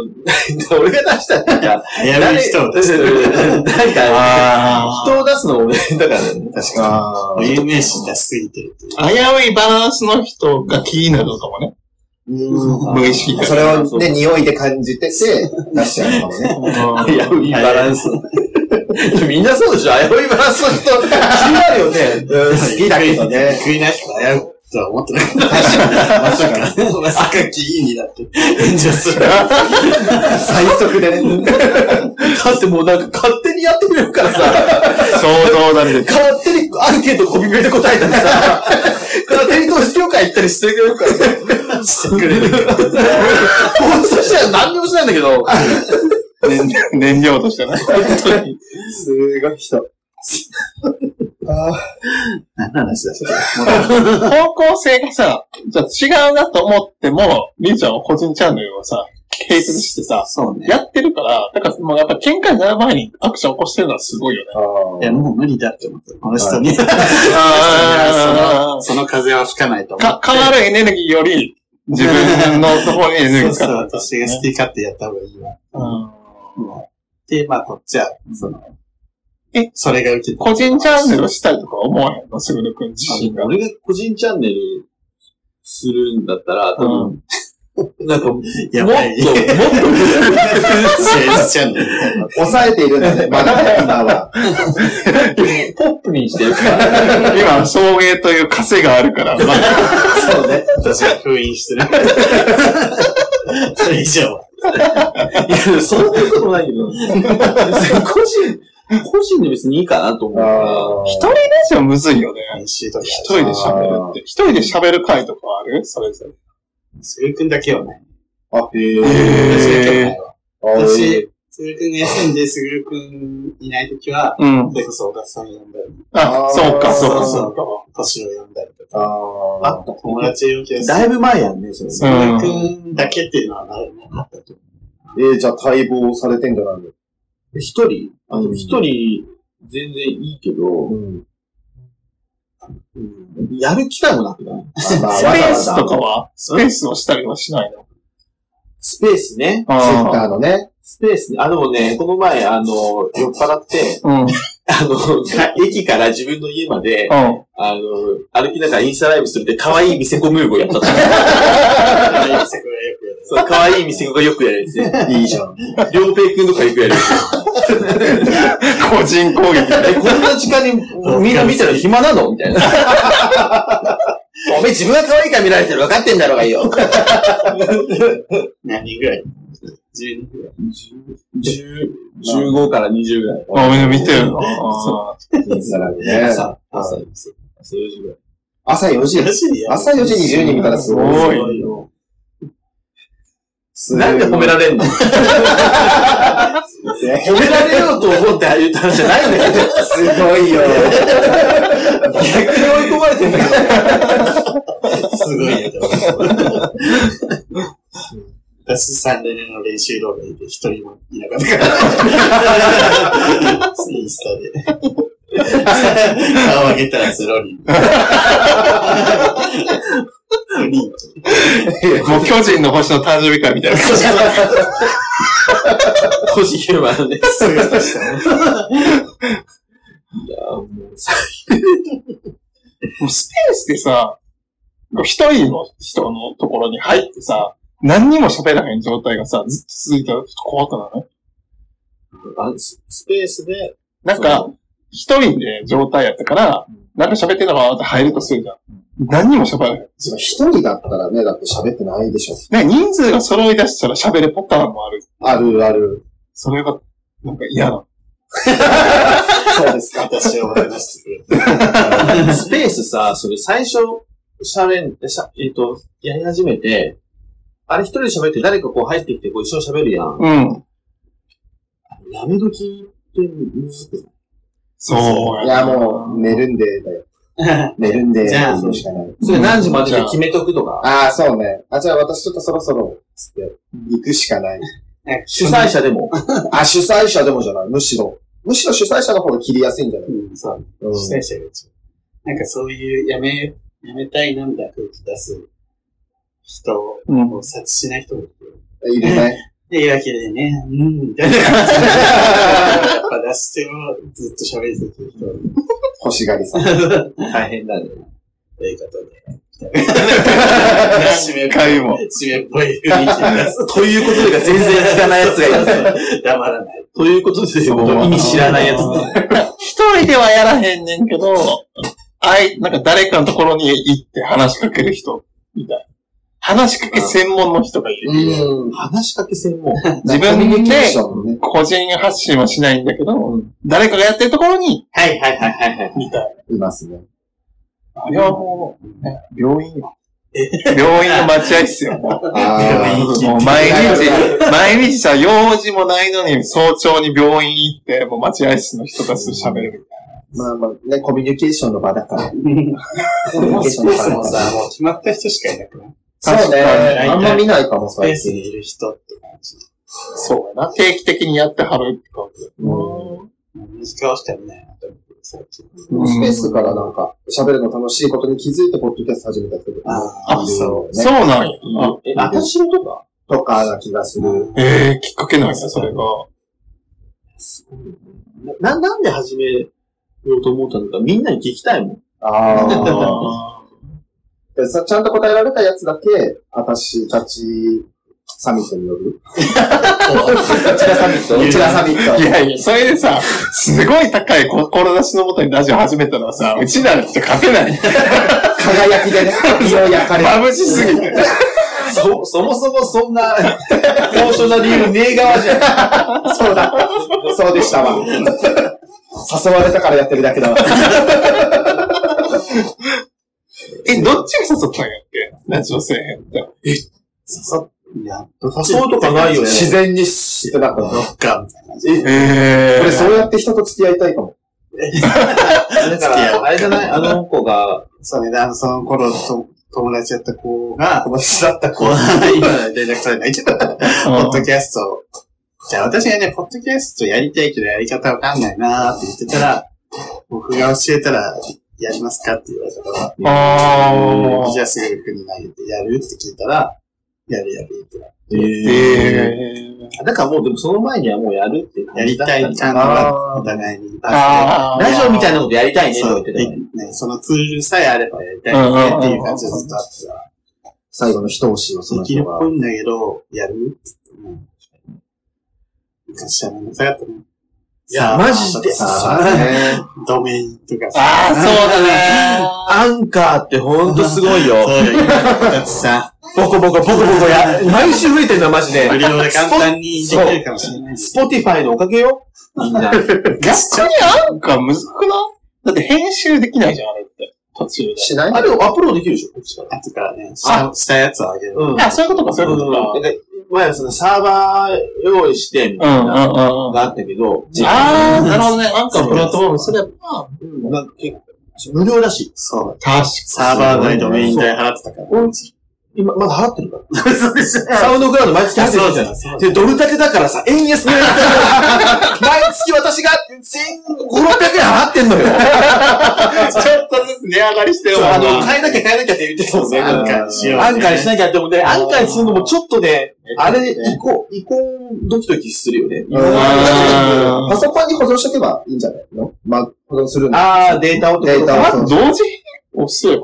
[SPEAKER 5] 俺が出したっていうか、
[SPEAKER 3] やめる人を出した。
[SPEAKER 5] なんか、
[SPEAKER 2] あ
[SPEAKER 5] 人を出すの俺、だからね。
[SPEAKER 3] 確
[SPEAKER 4] ー
[SPEAKER 3] か
[SPEAKER 4] あ
[SPEAKER 3] に。有名詞出しすぎてる。
[SPEAKER 2] あ。危ういバランスの人が気になるのかもね。
[SPEAKER 4] ー
[SPEAKER 2] 無意識
[SPEAKER 4] それをね、匂いで感じてて、出しちゃうかもね。
[SPEAKER 5] 危ういバランス。 みんなそうでしょ危ういバランスの人、気になるよね。
[SPEAKER 4] うん、好きだけどね。
[SPEAKER 3] 食いなしか危ういとは思ってなかっ
[SPEAKER 4] まさか、
[SPEAKER 3] た。まさか議員になって炎上する。
[SPEAKER 4] 最速でね。
[SPEAKER 5] だってもうなんか勝手にやってくれるからさ。
[SPEAKER 2] 想像だ ね。
[SPEAKER 5] 勝手にアンケートコピペで答えた りさ、勝手に統一協会行ったりしてくれるから、してくれ る。俺としては何にもしないんだけど、
[SPEAKER 2] 燃燃料としてね。
[SPEAKER 4] すごい人。あ
[SPEAKER 2] 方向性がさ、じゃあ違うなと思っても、りんちゃんは個人チャンネルをさ、継続してさ、
[SPEAKER 3] そうね。
[SPEAKER 2] やってるから、だからもうやっぱ喧嘩になる前にアクション起こしてるのはすごいよね。
[SPEAKER 4] あ
[SPEAKER 3] いや、もう無理だって思った。この人に、
[SPEAKER 2] あ
[SPEAKER 3] その風は吹かないと思う。
[SPEAKER 2] か、変わるエネルギーより、自分のところにエネルギ ー
[SPEAKER 3] そ
[SPEAKER 2] 使
[SPEAKER 3] うそう、
[SPEAKER 2] う。
[SPEAKER 3] 私が好き勝手やった方がいいわ。
[SPEAKER 2] うん
[SPEAKER 3] で、まあ、こっちは、その、
[SPEAKER 2] え
[SPEAKER 3] それが受けた。
[SPEAKER 2] 個人チャンネルしたいとか思わへんのすぐるくん自身が。
[SPEAKER 5] 俺が個人チャンネルするんだったら、多分、なんか、もっ
[SPEAKER 3] や
[SPEAKER 5] と、もっ
[SPEAKER 3] ばい。
[SPEAKER 5] と、
[SPEAKER 3] 政治チャンネルみたいな。
[SPEAKER 4] 抑えているん だね。まだやんだわ。
[SPEAKER 5] ポップにしてるから。
[SPEAKER 2] 今、送迎という枷がある から、まあ、
[SPEAKER 3] そうね。私が封印してる。それ以上は。
[SPEAKER 5] いや、そんなことないけど。別に個人、個人で別にいいかなと思うから。
[SPEAKER 4] あ
[SPEAKER 2] 一人ラジオむずいよね。
[SPEAKER 3] 編集とか。
[SPEAKER 2] 一人で喋るって。一人で喋る回とかあるそれぞれ。
[SPEAKER 3] すぐくんだけはね。
[SPEAKER 4] ーあ、へ
[SPEAKER 3] 私だけは
[SPEAKER 2] へ
[SPEAKER 3] ない
[SPEAKER 2] ー
[SPEAKER 3] わ
[SPEAKER 4] ー。
[SPEAKER 3] 私、すぐるくんが休んで、すぐるくんいないときは、
[SPEAKER 2] うん
[SPEAKER 3] そ。れこそ小田さん呼んだり、
[SPEAKER 2] あ、そうか、そうか、そうか。
[SPEAKER 3] そう。年を呼んだりと
[SPEAKER 4] あ
[SPEAKER 3] か、あ
[SPEAKER 4] ー
[SPEAKER 3] と友達呼んだり
[SPEAKER 5] だいぶ前やんね、それ。
[SPEAKER 3] すぐるくんだけっていうのはなるね。
[SPEAKER 4] えー、じゃあ待望されてんじゃないの
[SPEAKER 5] 一人あ、でも一人、全然いいけど、
[SPEAKER 4] ん。
[SPEAKER 5] やる機会もなくな
[SPEAKER 4] あ
[SPEAKER 5] い
[SPEAKER 4] まあ、わ
[SPEAKER 2] ス
[SPEAKER 4] ざ
[SPEAKER 2] ペー
[SPEAKER 4] わ
[SPEAKER 2] ス
[SPEAKER 4] ざ、
[SPEAKER 2] とかはスペースをしたりはしないの
[SPEAKER 5] スペースね。
[SPEAKER 4] ツイッタ
[SPEAKER 2] あ
[SPEAKER 4] ーのね。
[SPEAKER 5] スペースね。あ、でもね、この前、あの、酔っ払って、
[SPEAKER 2] あ。 うん。うん。
[SPEAKER 5] あの、駅から自分の家まで、あの、歩きながらインスタライブするって可愛い店子ムーブをやった の。そう、可愛い店子がよくやるやつね。
[SPEAKER 4] いいじゃん。
[SPEAKER 5] 両平くんとかよくやるやつ。
[SPEAKER 2] 個人攻撃。
[SPEAKER 5] え、こんな時間にみんな見てるの暇なの みたいな。おめえ自分が可愛いから見られてる分かってんだろうがいいよ。
[SPEAKER 3] 何人ぐらい ?10 人ぐらい。
[SPEAKER 5] 15から20ぐらい。
[SPEAKER 2] あ、みんな 見てるの。あ
[SPEAKER 4] インスタライブね。
[SPEAKER 5] 朝、
[SPEAKER 4] 朝、
[SPEAKER 5] 朝朝4時ぐらい。
[SPEAKER 4] 朝4時。朝4時に10人見たらすごい。
[SPEAKER 2] ごい
[SPEAKER 3] よ。
[SPEAKER 4] すごい
[SPEAKER 5] なんで褒められんの褒められようと思って言ったんじゃないんだけど。
[SPEAKER 4] すごいよ。
[SPEAKER 5] 逆に追い込まれてんだけど。
[SPEAKER 3] すごいよ。でも私3レ目の練習動画で一人もいなかったから。インスタで。顔上げたらゼロ人。ゼロ人
[SPEAKER 2] ーもう巨人の星の誕生日会みた いな。
[SPEAKER 5] 星昼間のね。
[SPEAKER 3] すぐ出したね。
[SPEAKER 2] もうスペースでさ、一人の人のところに入ってさ、何にも喋らへん状態がさ、ずっと続いたらちょっと怖くならない
[SPEAKER 5] あススペースで、
[SPEAKER 2] なんか、一人で状態やったから、なんか喋ってんのかなって入るとするじゃん。何にも喋らへん。
[SPEAKER 4] 一人だったらね、だって喋ってないでしょ。
[SPEAKER 2] ね、人数が揃い出したら喋るパターンもある。
[SPEAKER 4] あるある。
[SPEAKER 2] それが、なんか嫌な。
[SPEAKER 4] そうですか。
[SPEAKER 3] 私を笑い出してくれた。
[SPEAKER 5] スペースさ、それ最初、喋ん、しゃえっ、と、やり始めて、あれ一人で喋って誰かこう入ってきてこう一緒に喋るやん。
[SPEAKER 2] うん。
[SPEAKER 5] やめ時ってむずくない
[SPEAKER 2] そう
[SPEAKER 4] い
[SPEAKER 2] や。
[SPEAKER 4] や、もう、寝るんで、だ よ。寝るんで、そうしかない。
[SPEAKER 5] それ何時までで決めとくとか、
[SPEAKER 4] ああ、そうね。あ、じゃあ私ちょっとそろそろ、つって、行くしかない。
[SPEAKER 5] 主催者でも。
[SPEAKER 4] あ、主催者でもじゃない。むしろ。むしろ主催者の方が切りやすいんじゃない
[SPEAKER 3] うん、そう。
[SPEAKER 4] うん
[SPEAKER 3] 主催者が一番なんかそういうやめ、やめたいなんだ空気出す人を
[SPEAKER 2] うん。
[SPEAKER 3] 察知しない人もいる。
[SPEAKER 4] いるね。
[SPEAKER 3] というわけでね、うん、みたいな感じ で。やっぱ出してもずっと喋り続ける人
[SPEAKER 4] 欲しがりさん。
[SPEAKER 5] 大変だね。
[SPEAKER 3] ということで。
[SPEAKER 2] 何回も。
[SPEAKER 3] 締めっぽい雰囲気が出す。
[SPEAKER 5] ということで全然聞かないやつがいる。
[SPEAKER 3] 黙らない。
[SPEAKER 5] ということで、意味知らないやつね。
[SPEAKER 2] 一人ではやらへんねんけど、あい、なんか誰かのところに行って話しかける人、みたいな。話しかけ専門の人がいる。
[SPEAKER 4] うん。
[SPEAKER 5] 話しかけ専門。
[SPEAKER 2] 自
[SPEAKER 4] コミュ
[SPEAKER 2] 分
[SPEAKER 4] ニケー
[SPEAKER 2] で
[SPEAKER 4] ションもね。
[SPEAKER 2] 個人発信はしないんだけど、誰かがやってるところに、
[SPEAKER 5] はいはいはいはいはい。
[SPEAKER 2] みたい
[SPEAKER 4] いますね。
[SPEAKER 2] な。あれはもう、ね、病院よ。病院の待合室よ。もう
[SPEAKER 4] ああ。
[SPEAKER 2] もう毎日、毎日さ、用事もないのに、早朝に病院行って、もう待合室の人たちと喋る。
[SPEAKER 4] まあまあ、ね、コミュニケーションの場だから。コミュ
[SPEAKER 3] も
[SPEAKER 4] ニ
[SPEAKER 3] う
[SPEAKER 4] ケー
[SPEAKER 3] ス
[SPEAKER 4] ショ
[SPEAKER 3] ペ
[SPEAKER 4] ン
[SPEAKER 3] ー
[SPEAKER 4] の場
[SPEAKER 3] ス
[SPEAKER 4] だ
[SPEAKER 3] も
[SPEAKER 4] から
[SPEAKER 3] さ、。もう決まった人しかいなくない
[SPEAKER 4] そうね。
[SPEAKER 2] 確
[SPEAKER 4] あんま見ないかも、
[SPEAKER 3] スペ
[SPEAKER 4] 最
[SPEAKER 3] ース
[SPEAKER 4] 近。
[SPEAKER 3] にいる人って感じ。
[SPEAKER 2] そうやな。定期的にやってはるって感じ。
[SPEAKER 4] うん
[SPEAKER 3] 短顔しか見ないなと思って、最近。
[SPEAKER 4] スペースからなんか、喋るの楽しいことに気づいて、ポッドキャスト始めた人とか、
[SPEAKER 3] あ
[SPEAKER 2] あ
[SPEAKER 4] そう
[SPEAKER 2] そうなんや。
[SPEAKER 5] え、私のとか
[SPEAKER 4] とかな気がする。
[SPEAKER 2] ええきっかけなんや、それが。
[SPEAKER 5] すごいよねな、なんで始めようと思ったのか、みんなに聞きたいもん。
[SPEAKER 4] ああ。 でさちゃんと答えられたやつだけ、私たちサミットに呼 ぶ。内田サミット内田サ
[SPEAKER 2] い
[SPEAKER 4] ミット。
[SPEAKER 2] やいや、それでさ、すごい高い志のもとにラジオ始めたのはさ、うちらって勝てない。
[SPEAKER 4] 輝きで ね、色焼かれる。
[SPEAKER 2] 眩しすぎて。
[SPEAKER 5] そ、そもそもそんな、高尚な理由ねえ側じゃん。
[SPEAKER 4] そうだ。そうでしたわ。誘われたからやってるだけだわ。
[SPEAKER 2] え、どっちが誘ったんやっけラジオせえへんって。
[SPEAKER 5] そうとかないよね。
[SPEAKER 4] 自然に知ってなくなる。
[SPEAKER 3] そっか。
[SPEAKER 2] え
[SPEAKER 4] 俺そうやって人と付き合いたいかも。
[SPEAKER 5] だから、あれじゃないあの子が、
[SPEAKER 3] そうね、あの、その頃と、友達だった子が、友達だった子が、今連絡取れないけど、ポッドキャストを。じゃあ私がね、ポッドキャストやりたいけどやり方わかんないなーって言ってたら、僕が教えたら、やりますかって言われたか
[SPEAKER 2] あ
[SPEAKER 3] ら、
[SPEAKER 2] あ。
[SPEAKER 3] じゃあすぐ国に投げてやるって聞いたら、やるやるってなって
[SPEAKER 2] えー。
[SPEAKER 5] だからもう、でもその前にはもうやるって感じ
[SPEAKER 3] やりたい感じ
[SPEAKER 5] ラ
[SPEAKER 3] はお互いに出して。
[SPEAKER 2] ああ。
[SPEAKER 5] ジオみたいなことやりたいねって
[SPEAKER 3] そ
[SPEAKER 5] 言
[SPEAKER 3] う
[SPEAKER 5] ってた
[SPEAKER 3] で
[SPEAKER 5] よね。
[SPEAKER 3] ね、そのツールさえあればやりたいねっていう感じだったから。
[SPEAKER 4] 最後の一押しをその
[SPEAKER 3] できる
[SPEAKER 4] 人
[SPEAKER 3] っ
[SPEAKER 4] が
[SPEAKER 3] ぽ。いんだけど、やるつっても昔はめんどくさかったね。い
[SPEAKER 5] やマジ で
[SPEAKER 4] さ
[SPEAKER 3] さ
[SPEAKER 4] あね。
[SPEAKER 3] ドメインとかさ。
[SPEAKER 2] ああ、そうだね。
[SPEAKER 5] アンカーってほんとすごいよ。
[SPEAKER 3] そういうだってさ、
[SPEAKER 5] ボコボコ、ボコボコや、毎週増えてんのマジで。
[SPEAKER 3] 無料で簡単にできるかもしれないし。
[SPEAKER 5] スポティファイのおかげよ。みんな。
[SPEAKER 2] 逆になんかむずくないだって編集できないじゃん、あれって。途中で。
[SPEAKER 4] しない
[SPEAKER 5] あれをアップロードできるでしょこっちから。
[SPEAKER 3] あとからね、したしたやつをあげる。
[SPEAKER 5] うん。
[SPEAKER 2] あ、そういうことか、そういうことか。
[SPEAKER 5] なんか前はそのサーバー用意して、み
[SPEAKER 2] う
[SPEAKER 5] たい
[SPEAKER 2] ん、うん、
[SPEAKER 5] な
[SPEAKER 2] うん
[SPEAKER 5] の。があったけど、
[SPEAKER 2] ああ、なるほどね。なんかプラットフォームすれば。
[SPEAKER 5] うんなんか結構無料らしい。
[SPEAKER 3] そう。
[SPEAKER 2] 確か
[SPEAKER 3] サーバー代、ドメイン代払ってたから。
[SPEAKER 5] 今、まだ払ってるから。
[SPEAKER 3] そうでしょ
[SPEAKER 5] サウンドクラウド毎月払って
[SPEAKER 3] そ
[SPEAKER 5] る
[SPEAKER 3] う
[SPEAKER 5] じ
[SPEAKER 3] じ
[SPEAKER 5] ゃ
[SPEAKER 3] ゃ
[SPEAKER 5] な
[SPEAKER 3] な
[SPEAKER 5] い
[SPEAKER 3] い。そう
[SPEAKER 5] で、ドル建てだからさ、円安の 毎月私が1500円払ってんのよ。
[SPEAKER 2] ちょっとずつ値上がりしてるも
[SPEAKER 5] あ
[SPEAKER 2] ん
[SPEAKER 5] の、
[SPEAKER 2] な。
[SPEAKER 5] 変えなきゃ変えなきゃって言ってたもんね。
[SPEAKER 3] アンカーにしようね。
[SPEAKER 5] 安価にしなきゃって思って、安価にするのもちょっとね、あれ、
[SPEAKER 4] ね
[SPEAKER 5] 移行、移行ドキドキするよね。
[SPEAKER 2] あー
[SPEAKER 4] パソコンに保存しとけばいいんじゃないのまあ、保存するんだ。
[SPEAKER 5] あー、データをって
[SPEAKER 4] デ
[SPEAKER 5] こ
[SPEAKER 4] ー
[SPEAKER 5] と
[SPEAKER 4] タ
[SPEAKER 5] か
[SPEAKER 4] を
[SPEAKER 2] まず同時押せば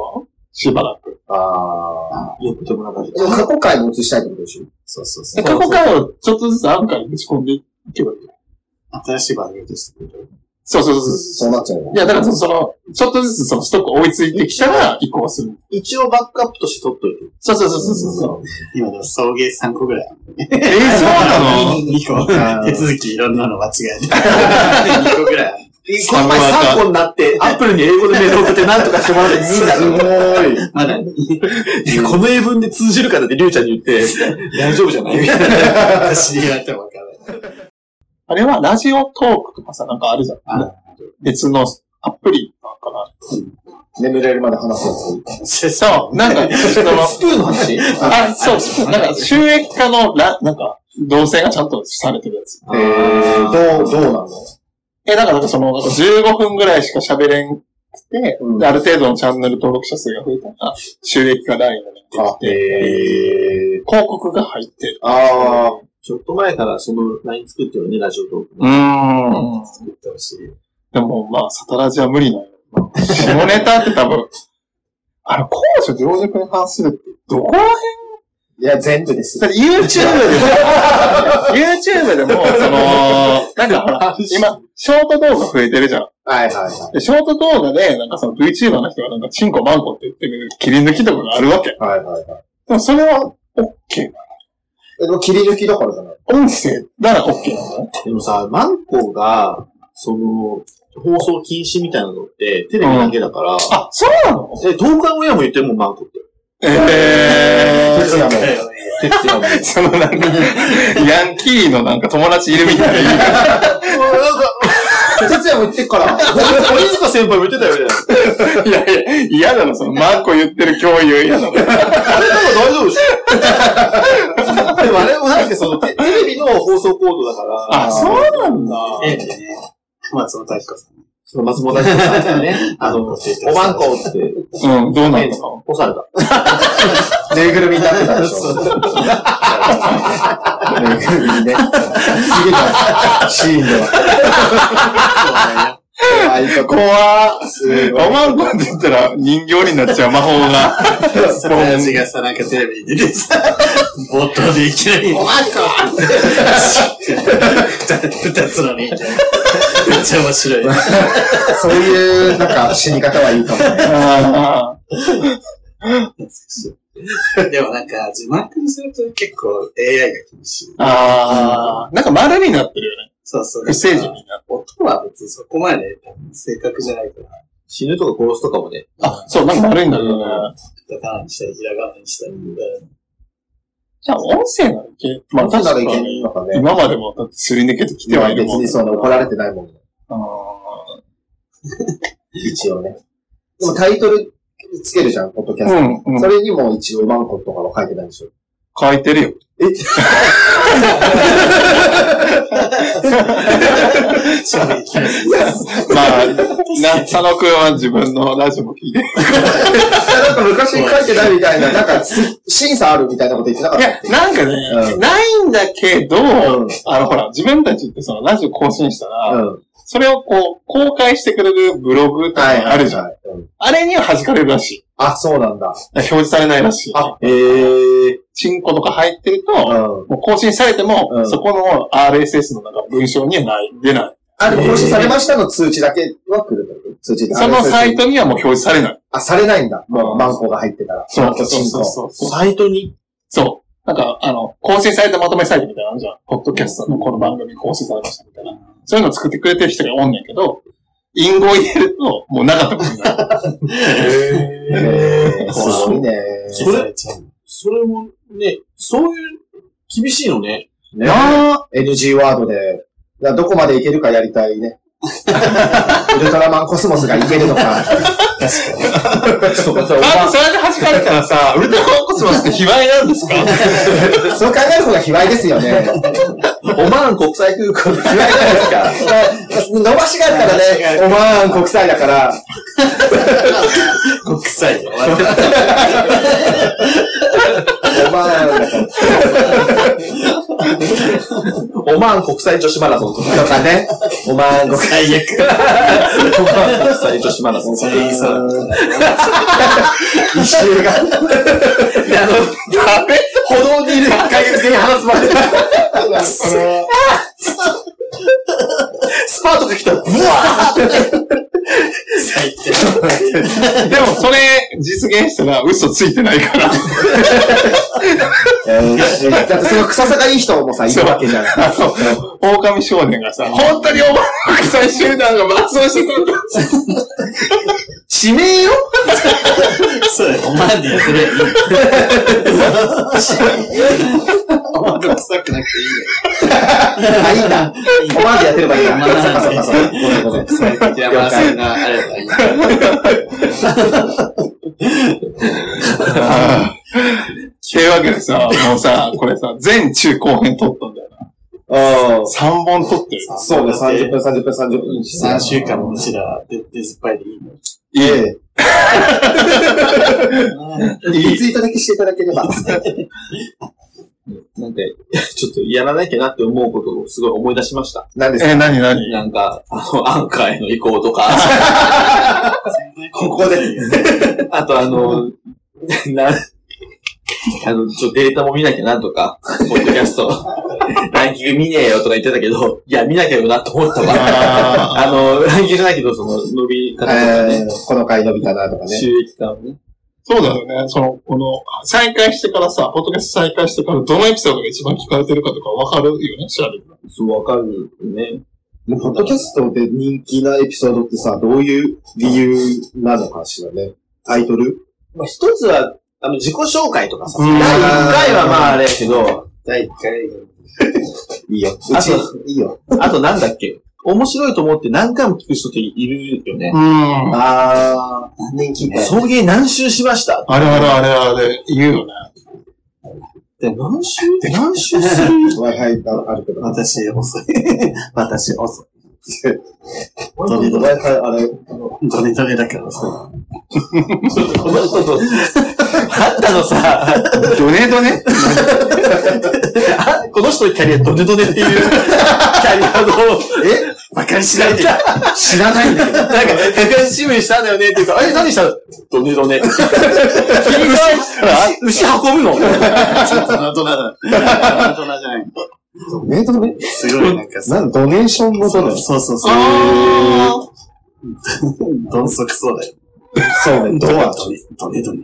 [SPEAKER 2] しばらく。
[SPEAKER 4] あ
[SPEAKER 5] よくてもなかっ
[SPEAKER 4] ー。でも過去回に移したいってことでしょ
[SPEAKER 3] そうそう
[SPEAKER 2] で
[SPEAKER 3] そう。
[SPEAKER 2] 過去回をちょっとずつアンカーにぶち込んでいけばいい。
[SPEAKER 3] 新しい番組としてくれる。
[SPEAKER 2] そうそうそうそ
[SPEAKER 4] そうなっちゃうよ
[SPEAKER 2] う。いや、だからその、そのちょっとずつそのストック追いついてきたら移行する。
[SPEAKER 5] 一応バックアップとして取っといて。
[SPEAKER 2] そうそうそうそうそう。
[SPEAKER 3] 今でも送迎3個ぐらい。
[SPEAKER 2] えー、そうなの
[SPEAKER 3] ?2 個。手続きいろんなの間違えて。2個ぐらい。
[SPEAKER 5] この前3個になって、アップルに英語でメール送って何とかしてもらって2になる。
[SPEAKER 3] まだ、
[SPEAKER 5] でこの英文で通じるかだってりゅうちゃんに言って、大丈夫じゃないみたいな。
[SPEAKER 3] 私に言われてもわからない。
[SPEAKER 2] あれはラジオトークとかさ、なんかあるじゃん。
[SPEAKER 3] あ
[SPEAKER 2] 別のアプリなんかな。
[SPEAKER 4] 眠れるまで話すやつ。
[SPEAKER 2] そう、なんか、その、
[SPEAKER 5] スプーンの話
[SPEAKER 2] あ、そうそう、なんか収益化のラ、なんか、動線がちゃんとされてるやつ。
[SPEAKER 4] えー、どう、どうなの
[SPEAKER 2] え、だからその、なんか15分ぐらいしか喋れんくて、
[SPEAKER 4] うん
[SPEAKER 2] である程度のチャンネル登録者数が増えたら、収益化ラインが出てきて、広告が入ってる。
[SPEAKER 4] あー。
[SPEAKER 5] ちょっと前からその LINE 作ってるよね、ラジオトーク。
[SPEAKER 2] うーん。
[SPEAKER 5] 作ってほしい。
[SPEAKER 2] でも、まあ、サタラジは無理なの。下ネタって多分、あの、公序良俗に反するって、どこら辺
[SPEAKER 4] いや、全部 です。
[SPEAKER 2] だって YouTube でも、YouTube でも、その、なんかほら、今、ショート動画増えてるじゃん。
[SPEAKER 4] はいはいは
[SPEAKER 2] で、ショート動画で、なんかその VTuber の人がなんか、チンコマンコって言ってる切り抜きとかがあるわけ。
[SPEAKER 4] い。はいはいはい。
[SPEAKER 2] でもそれは OK な。
[SPEAKER 4] え、でも切り抜きだからじゃない
[SPEAKER 2] 音声なら OK なのね。
[SPEAKER 5] でもさ、マンコが、その、放送禁止みたいなのって、テレビだけだから、
[SPEAKER 2] あ、そうなの
[SPEAKER 5] え、東海オンエアも言ってるもん、マンコって。
[SPEAKER 2] え
[SPEAKER 4] 哲也も。
[SPEAKER 5] 徹夜も。
[SPEAKER 2] ー、そのなんか、ヤンキーのなんか友達いるみたいな。
[SPEAKER 4] 哲也も言ってっから。
[SPEAKER 5] 鬼塚先輩も言ってたよね。
[SPEAKER 2] いやいや、嫌なの、その、マンコ言ってる共有嫌なの。
[SPEAKER 5] あれなんか大丈夫でしょでもあれもなんかその、テテレビの放送コードだから、
[SPEAKER 2] あ、そうなんだ。
[SPEAKER 3] ええね。松本太彦さん。
[SPEAKER 5] その松本大輔さんがね、あの、おまんこって、
[SPEAKER 2] うん、どうなのか。
[SPEAKER 5] 押された。
[SPEAKER 4] ぬいぐるみになってたでしょ。ぬいぐるみね。すげえな。シーンでは。怖いとこ。
[SPEAKER 2] 怖っ。
[SPEAKER 4] すごい
[SPEAKER 2] おまんこって言ったら人形になっちゃう魔法が。
[SPEAKER 3] さたやじがさ、なんかテレビに出てさ、冒頭でいきなり、おまんこって、二つの人形。めっちゃ面白い。
[SPEAKER 4] そういう、なんか、死に方はいいかもね。
[SPEAKER 2] あー
[SPEAKER 3] でもなんか、字幕にすると結構 AI が厳しい。
[SPEAKER 2] あー。なんか丸になってるよね。
[SPEAKER 3] そうそう。
[SPEAKER 2] 不正時になっ
[SPEAKER 3] 音は別にそこまで多分正確じゃないから、
[SPEAKER 5] 死ぬとか殺すとかもね。
[SPEAKER 2] てる。あ、そう、なんか丸になるよね。
[SPEAKER 3] カタカナにしたり、ひらがなにしたり、
[SPEAKER 2] じゃあ音声ならいけるまあ確
[SPEAKER 4] そうなら
[SPEAKER 2] か
[SPEAKER 4] いける
[SPEAKER 2] に
[SPEAKER 4] のかね。
[SPEAKER 2] 今までもだってすり抜けてきてはい
[SPEAKER 4] 別
[SPEAKER 2] るもん
[SPEAKER 4] に。その怒られてないもんね。
[SPEAKER 2] あ
[SPEAKER 4] 一応ね。でもタイトルつけるじゃん、ポッドキャスト。
[SPEAKER 2] ーうん、う
[SPEAKER 4] そ
[SPEAKER 2] ん。
[SPEAKER 4] れにも一応マンコとかは書いてないでしょ。
[SPEAKER 2] 書いてるよ。
[SPEAKER 3] 衝撃
[SPEAKER 2] ま
[SPEAKER 3] 的
[SPEAKER 2] あ、 な、佐野くんは自分のラジオも聞いて。
[SPEAKER 4] なんか昔書いてないみたいな、なんかす審査あるみたいなこと言ってなかっ
[SPEAKER 2] い
[SPEAKER 4] たっ
[SPEAKER 2] や、
[SPEAKER 4] け
[SPEAKER 2] なんかね、
[SPEAKER 4] う
[SPEAKER 2] ないんだけど、
[SPEAKER 4] ん
[SPEAKER 2] あの、ほら、自分たちってそのラジオ更新したら、
[SPEAKER 4] うん。
[SPEAKER 2] それをこう、公開してくれるブログと
[SPEAKER 4] はい。
[SPEAKER 2] かあるじゃん。
[SPEAKER 4] はい。うん
[SPEAKER 2] あれには弾かれるらしい。
[SPEAKER 4] あ、そうなんだ。
[SPEAKER 2] 表示されないらしい。
[SPEAKER 4] あ、
[SPEAKER 5] えー。
[SPEAKER 2] チンコとか入ってると、
[SPEAKER 4] うん。
[SPEAKER 2] もう更新されても、
[SPEAKER 4] うん
[SPEAKER 2] そこの RSS のなんか文章にはない、出ない。
[SPEAKER 4] あれ、更新されましたの通知だけは来るんだけど通知で。
[SPEAKER 2] そのサイトにはもう表示されない。
[SPEAKER 4] あ、されないんだ。も
[SPEAKER 2] う
[SPEAKER 4] う、
[SPEAKER 2] ん
[SPEAKER 4] マンコが入ってたら。
[SPEAKER 2] そう
[SPEAKER 4] マンコ
[SPEAKER 2] そう
[SPEAKER 4] チン
[SPEAKER 2] そう
[SPEAKER 4] コ
[SPEAKER 2] そうそう。
[SPEAKER 5] サイトに
[SPEAKER 2] そう。なんか、あの、更新されたまとめサイトみたいなのあるじゃん。ポッドキャストのこの番組更新されましたみたいな。そういうのを作ってくれてる人がおんねんけど、隠語を入れると、もうなかったことになる。
[SPEAKER 4] へーすごいね。
[SPEAKER 5] それ、それもね、そういう、厳しいのね。
[SPEAKER 4] ね NG ワードで、だからどこまでいけるかやりたいね。 ウルトラマンコスモスがいけるのか。そうそう
[SPEAKER 2] あと、それで弾かれたらさ、ウルトラコスモスって卑猥なんですか
[SPEAKER 4] そう考える方が卑猥ですよね。
[SPEAKER 5] オマーン国際空港で
[SPEAKER 4] 卑猥じゃない ですか。伸ばしがあったらね、オマーン国際だから、
[SPEAKER 3] 国際で終わる。
[SPEAKER 4] オマーン
[SPEAKER 5] オマーン国際女子マラソンとか、
[SPEAKER 4] とかね、オマーン国際。
[SPEAKER 3] 最悪。
[SPEAKER 5] オマーン国際女子マラソンとか。
[SPEAKER 3] 言いそうだった
[SPEAKER 4] 一周が。
[SPEAKER 2] ダメ
[SPEAKER 4] 歩道にいる外国人に話すまで。
[SPEAKER 5] スパートが来たら、ブワ
[SPEAKER 3] 最低。
[SPEAKER 2] でも、それ、実現したら嘘ついてないから。
[SPEAKER 4] だってその臭さがいい人もさ、いるわけじゃん。
[SPEAKER 2] あの、狼少年がさ、本当にお前の国際集団がマラソンしてくる。
[SPEAKER 4] 指名よ
[SPEAKER 3] そうだよ。お前でやってる。お前が臭くなくていいよ。
[SPEAKER 4] あ、いいな。オマーンでやってればいいな。そうかそうかそうか。ごめんごめん
[SPEAKER 3] 最適なマラソンがあればいい。
[SPEAKER 2] っていうわけでさ、もうさ、これさ、全中後編撮ったんだよな。
[SPEAKER 4] あ
[SPEAKER 2] 3本撮ってる。
[SPEAKER 4] あ、そうね、30分、30分、30分。
[SPEAKER 3] 3週間もうちら、で、でずっぱいでいいの。
[SPEAKER 4] い え。リツイートだけしていただければ。
[SPEAKER 5] なんで、ちょっとやらなきゃなって思うことをすごい思い出しました。
[SPEAKER 4] 何ですか
[SPEAKER 2] え、なになに
[SPEAKER 5] なんか、あの、アンカーへの移行とか、
[SPEAKER 4] ここで。
[SPEAKER 5] あとあの、 な、あの、ちょ、データも見なきゃなとか、ポッドキャスト、 ランキング見ねえよとか言ってたけど、いや、見なきゃよなと思ったわ。
[SPEAKER 2] あ
[SPEAKER 5] あの、ランキングじゃないけど、その、伸び 方とか
[SPEAKER 4] え
[SPEAKER 5] ね、
[SPEAKER 4] ーこの回伸びたなとかね。
[SPEAKER 5] 収益感をね。
[SPEAKER 2] そうだよね。その、この、再開してからさ、ポッドキャスト再開してから、どのエピソードが一番聞かれてるかとかわかるよね、調べて。
[SPEAKER 5] そう、わかるね。
[SPEAKER 4] ポッドキャストで人気なエピソードってさ、どういう理由なのかしらね。タイトル
[SPEAKER 5] まあ、一つは、あの、自己紹介とかさ、
[SPEAKER 2] うん
[SPEAKER 5] 第1回はまああれやけど、
[SPEAKER 3] 第1回。
[SPEAKER 4] いいよ。う
[SPEAKER 5] あ
[SPEAKER 4] ち
[SPEAKER 5] と、
[SPEAKER 4] いいよ。
[SPEAKER 5] あとなんだっけ面白いと思って何回も聞く人っているよね。
[SPEAKER 2] ん。
[SPEAKER 4] あー、何人聞いた
[SPEAKER 5] 送迎何周しました
[SPEAKER 2] あれあれあれあれ、言うよね。
[SPEAKER 5] で何周何周する
[SPEAKER 4] ?Wi-Fi があるけど。
[SPEAKER 3] 私、 遅い。私、 遅い。どれどれ、
[SPEAKER 4] Wi-Fi あれ、
[SPEAKER 3] どれどれだから遅
[SPEAKER 5] この人と、あんたのさ、
[SPEAKER 2] ドネドネ
[SPEAKER 5] あこの人のキャリアドネドネっていうキャあの、
[SPEAKER 4] え
[SPEAKER 5] バカにしないで。
[SPEAKER 4] 知ら ないんだけど。
[SPEAKER 5] なんか、百円新聞したんだよねっていうか、え、何したのどねどね。牛牛運ぶの
[SPEAKER 3] ドナドナだ。ドナドナじゃない。
[SPEAKER 4] メイトメ
[SPEAKER 3] すごい、なんかさ。
[SPEAKER 4] なんドネーションの
[SPEAKER 3] そ
[SPEAKER 4] ドネ
[SPEAKER 3] う
[SPEAKER 4] ーシ
[SPEAKER 3] そうそう。どんそくそうだよ。
[SPEAKER 4] ョン。そうね、ドア。
[SPEAKER 3] ドネドネドネ。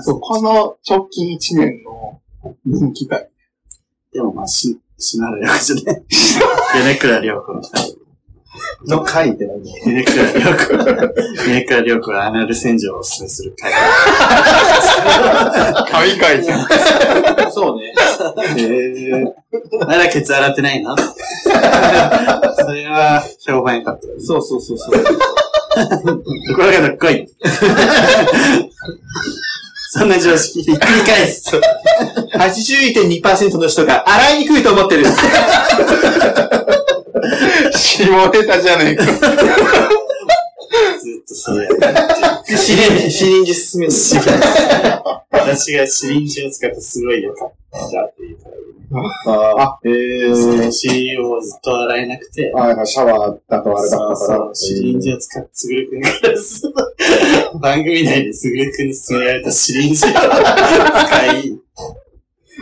[SPEAKER 2] そうこの直近1年の人気回。
[SPEAKER 3] でもまあ、し、しならよくじゃない。米倉涼子の二人。
[SPEAKER 4] の回って何
[SPEAKER 3] 米倉涼子。米倉涼子はアナル洗浄をおすすめする会。
[SPEAKER 2] 神回じゃん。
[SPEAKER 5] そうね。
[SPEAKER 3] へえ。まだケツ洗ってないの それは、評判良かった。
[SPEAKER 5] そうそうそうそう。
[SPEAKER 3] これがどっこい。そんな常識ひっくり返す。
[SPEAKER 5] 81.2%の人が洗いにくいと思ってる。
[SPEAKER 2] 下ネタじゃねえか。
[SPEAKER 3] ずっとそれやってる。
[SPEAKER 5] シリンジ、シリンジ進める。
[SPEAKER 3] 私がシリンジを使ってすごい良かったっていうから。
[SPEAKER 4] あ、え
[SPEAKER 3] その
[SPEAKER 4] ー。
[SPEAKER 3] シリンジをずっと洗えなくて。
[SPEAKER 4] あ、シャワーだとあれだ
[SPEAKER 3] そ
[SPEAKER 4] った
[SPEAKER 3] う
[SPEAKER 4] から
[SPEAKER 3] そ。う、シリンジを使って、すぐるくんからす、 番組内ですぐるくんに勧められたシリンジを使い、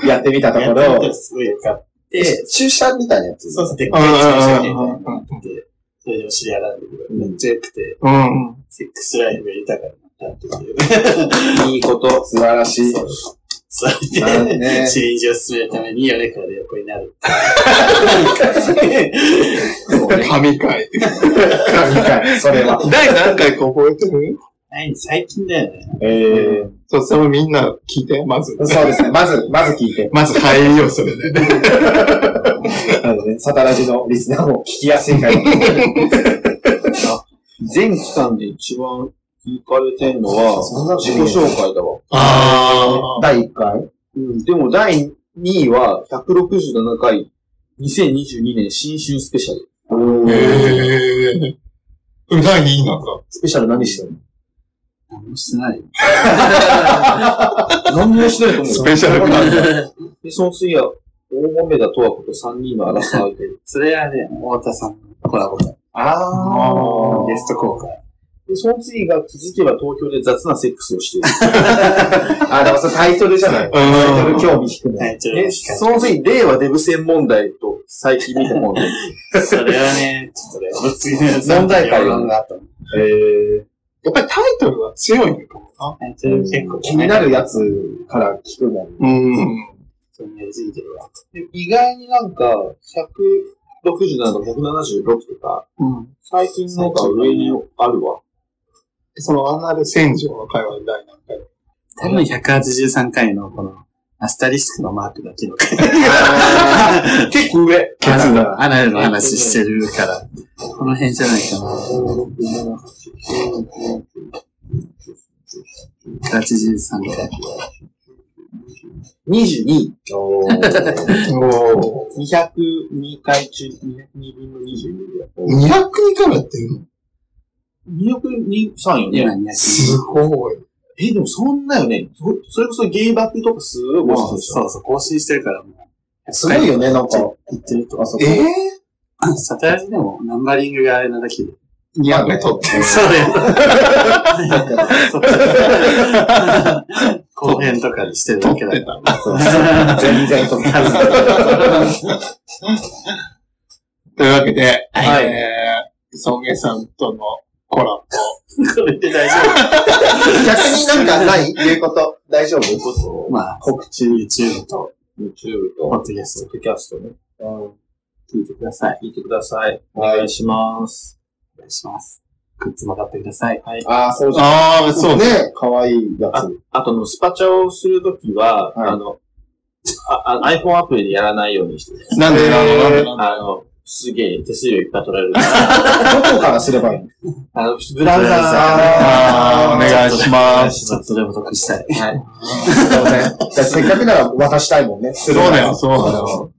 [SPEAKER 4] やってみたと
[SPEAKER 3] やっ
[SPEAKER 4] こ
[SPEAKER 3] てみたら
[SPEAKER 4] ろ、
[SPEAKER 3] すごい良かって、
[SPEAKER 4] 注射みたいなやつ。
[SPEAKER 3] そうそう、でっかい注射器みたいなのがあって、それでお尻洗うのがめっちゃ良くて、
[SPEAKER 2] うん。
[SPEAKER 3] セックスライフが豊かになったっていう。
[SPEAKER 4] いいこと。素晴らし い。
[SPEAKER 3] そ
[SPEAKER 4] な
[SPEAKER 3] れ
[SPEAKER 4] る
[SPEAKER 3] で、
[SPEAKER 4] ね
[SPEAKER 3] シリンジを進めるために米倉で横になる。
[SPEAKER 2] 神回。
[SPEAKER 4] 神回、それは。
[SPEAKER 2] 第何回か覚えてる
[SPEAKER 3] はい最近だよね。
[SPEAKER 4] えー。
[SPEAKER 2] そう、それもみんな聞いて、まず。
[SPEAKER 4] そうですね。まず、まず聞いて。
[SPEAKER 2] まず入りよ、それで。
[SPEAKER 4] なので、サタラジのリスナーも聞きやすい 回に。
[SPEAKER 5] 全期間で一番聞かれてんのは、
[SPEAKER 4] そんな
[SPEAKER 5] 自己紹介だわ。
[SPEAKER 2] あ
[SPEAKER 4] 第1回
[SPEAKER 5] うん。でも第2位は、167回、2022年新春スペシャル。
[SPEAKER 2] ー。へえ。うなぎなんか。
[SPEAKER 4] スペシャル何してる
[SPEAKER 3] 何もしてないよ。
[SPEAKER 5] 何もしてないと思う。
[SPEAKER 2] スペシャル感。
[SPEAKER 5] で、その次は、大豆田とわこと3人の争さーで、
[SPEAKER 3] それはね、太田さんのコラボ会。
[SPEAKER 2] あ
[SPEAKER 3] ゲスト公開。
[SPEAKER 5] で、その次が気づけば東京で雑なセックスをしてい
[SPEAKER 4] のあ、でもそれタイトルじゃない。タイト
[SPEAKER 2] う
[SPEAKER 4] ル
[SPEAKER 2] ん。
[SPEAKER 4] 興味引く
[SPEAKER 3] タ
[SPEAKER 4] ね。
[SPEAKER 3] イト
[SPEAKER 5] る。
[SPEAKER 3] ル
[SPEAKER 5] で、
[SPEAKER 3] を聞か
[SPEAKER 5] その次に、令和デブ専問題と最近見たもので、
[SPEAKER 3] ないそれはね、ちょっとね、お次の
[SPEAKER 4] 問題会
[SPEAKER 3] 論があったの。
[SPEAKER 4] えー、
[SPEAKER 2] やっぱりタイトルは強いのかな。
[SPEAKER 3] タイトル結構
[SPEAKER 4] 気になるやつから聞くもん。
[SPEAKER 2] うん。
[SPEAKER 3] 気になりすぎてるわ。
[SPEAKER 5] で意外になんか、167とか176とか、
[SPEAKER 2] うん。
[SPEAKER 5] 最近のが上にあるわ。
[SPEAKER 2] そのアナル洗浄の会話の第何回
[SPEAKER 3] 多分183回のこの、アスタリスクのマークだけの回。
[SPEAKER 5] 結構上。
[SPEAKER 4] ケツだ。
[SPEAKER 3] アナルの話してるから、この辺じゃないかな。183回。
[SPEAKER 5] 22位。
[SPEAKER 4] おー
[SPEAKER 2] お
[SPEAKER 5] 202回中202分の22ぐらい。
[SPEAKER 2] 202回やってるの
[SPEAKER 5] 203よね。
[SPEAKER 3] 今ね、
[SPEAKER 2] すごい。
[SPEAKER 5] え、でもそんなよね。そそれこそゲイバックとかすごい面白い
[SPEAKER 3] そう
[SPEAKER 5] でしょ。
[SPEAKER 3] そう、更新してるからもう。
[SPEAKER 4] すごいよね、なんか。
[SPEAKER 3] 言ってると。
[SPEAKER 4] あそこ
[SPEAKER 2] えぇ
[SPEAKER 3] サタヤジでもナンバリングがあれなだけで。
[SPEAKER 2] ?2 回目撮ってる。
[SPEAKER 3] そうだよ。 後編とかにしてるだけだから。
[SPEAKER 4] 全然と
[SPEAKER 2] というわけで、
[SPEAKER 4] はい
[SPEAKER 2] えー、ソンゲさんとのコラボ。
[SPEAKER 3] これで大丈夫。
[SPEAKER 4] 逆になんかない言うこと。大丈夫
[SPEAKER 3] まあ、告知 YouTube と、
[SPEAKER 5] YouTube
[SPEAKER 3] ポッ
[SPEAKER 5] と、
[SPEAKER 3] ドキャス
[SPEAKER 5] ポッドキャストね。
[SPEAKER 3] ト聞いてください。
[SPEAKER 5] 聞いてください。お願いします。
[SPEAKER 3] お願いします。グッズも買ってください。はい。
[SPEAKER 4] ああ、そうじゃん。
[SPEAKER 2] ああ、そうね。
[SPEAKER 4] ね。かわいいや つ。
[SPEAKER 5] あとの、スパチャをするときは、
[SPEAKER 4] はい
[SPEAKER 5] あの、ああ iPhone アプリでやらないようにしてる。
[SPEAKER 2] なんでなのなんでなの
[SPEAKER 5] あの、すげえ手数料いっぱい取 られる。
[SPEAKER 4] どこからすればいい の
[SPEAKER 5] あの、ブラウザ
[SPEAKER 2] あ ーお願いします。
[SPEAKER 3] ちょっとでも得したい。
[SPEAKER 5] ー。はい。
[SPEAKER 4] そうね。じゃあせっかくなら渡したいもんね。そ
[SPEAKER 2] そうだよ、そうだよ。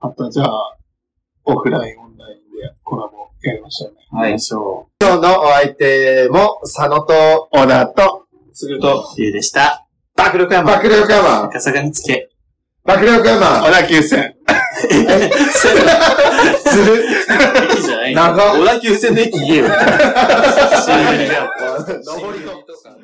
[SPEAKER 2] あと、じゃあ、オフライン、オンラインでコラボやりましたね。
[SPEAKER 5] はい。
[SPEAKER 4] 今日のお相手も、佐野と、
[SPEAKER 2] 小田と、
[SPEAKER 5] すると、
[SPEAKER 3] 理由でした。
[SPEAKER 4] 爆力山。爆力山。
[SPEAKER 3] 赤坂見つけ。
[SPEAKER 4] 爆力山。
[SPEAKER 2] 小田急線。
[SPEAKER 3] え、ずる。
[SPEAKER 4] 駅じゃ ない
[SPEAKER 3] 長小田急線の駅言えよ。
[SPEAKER 4] 新宿だよ
[SPEAKER 6] 登りとかね。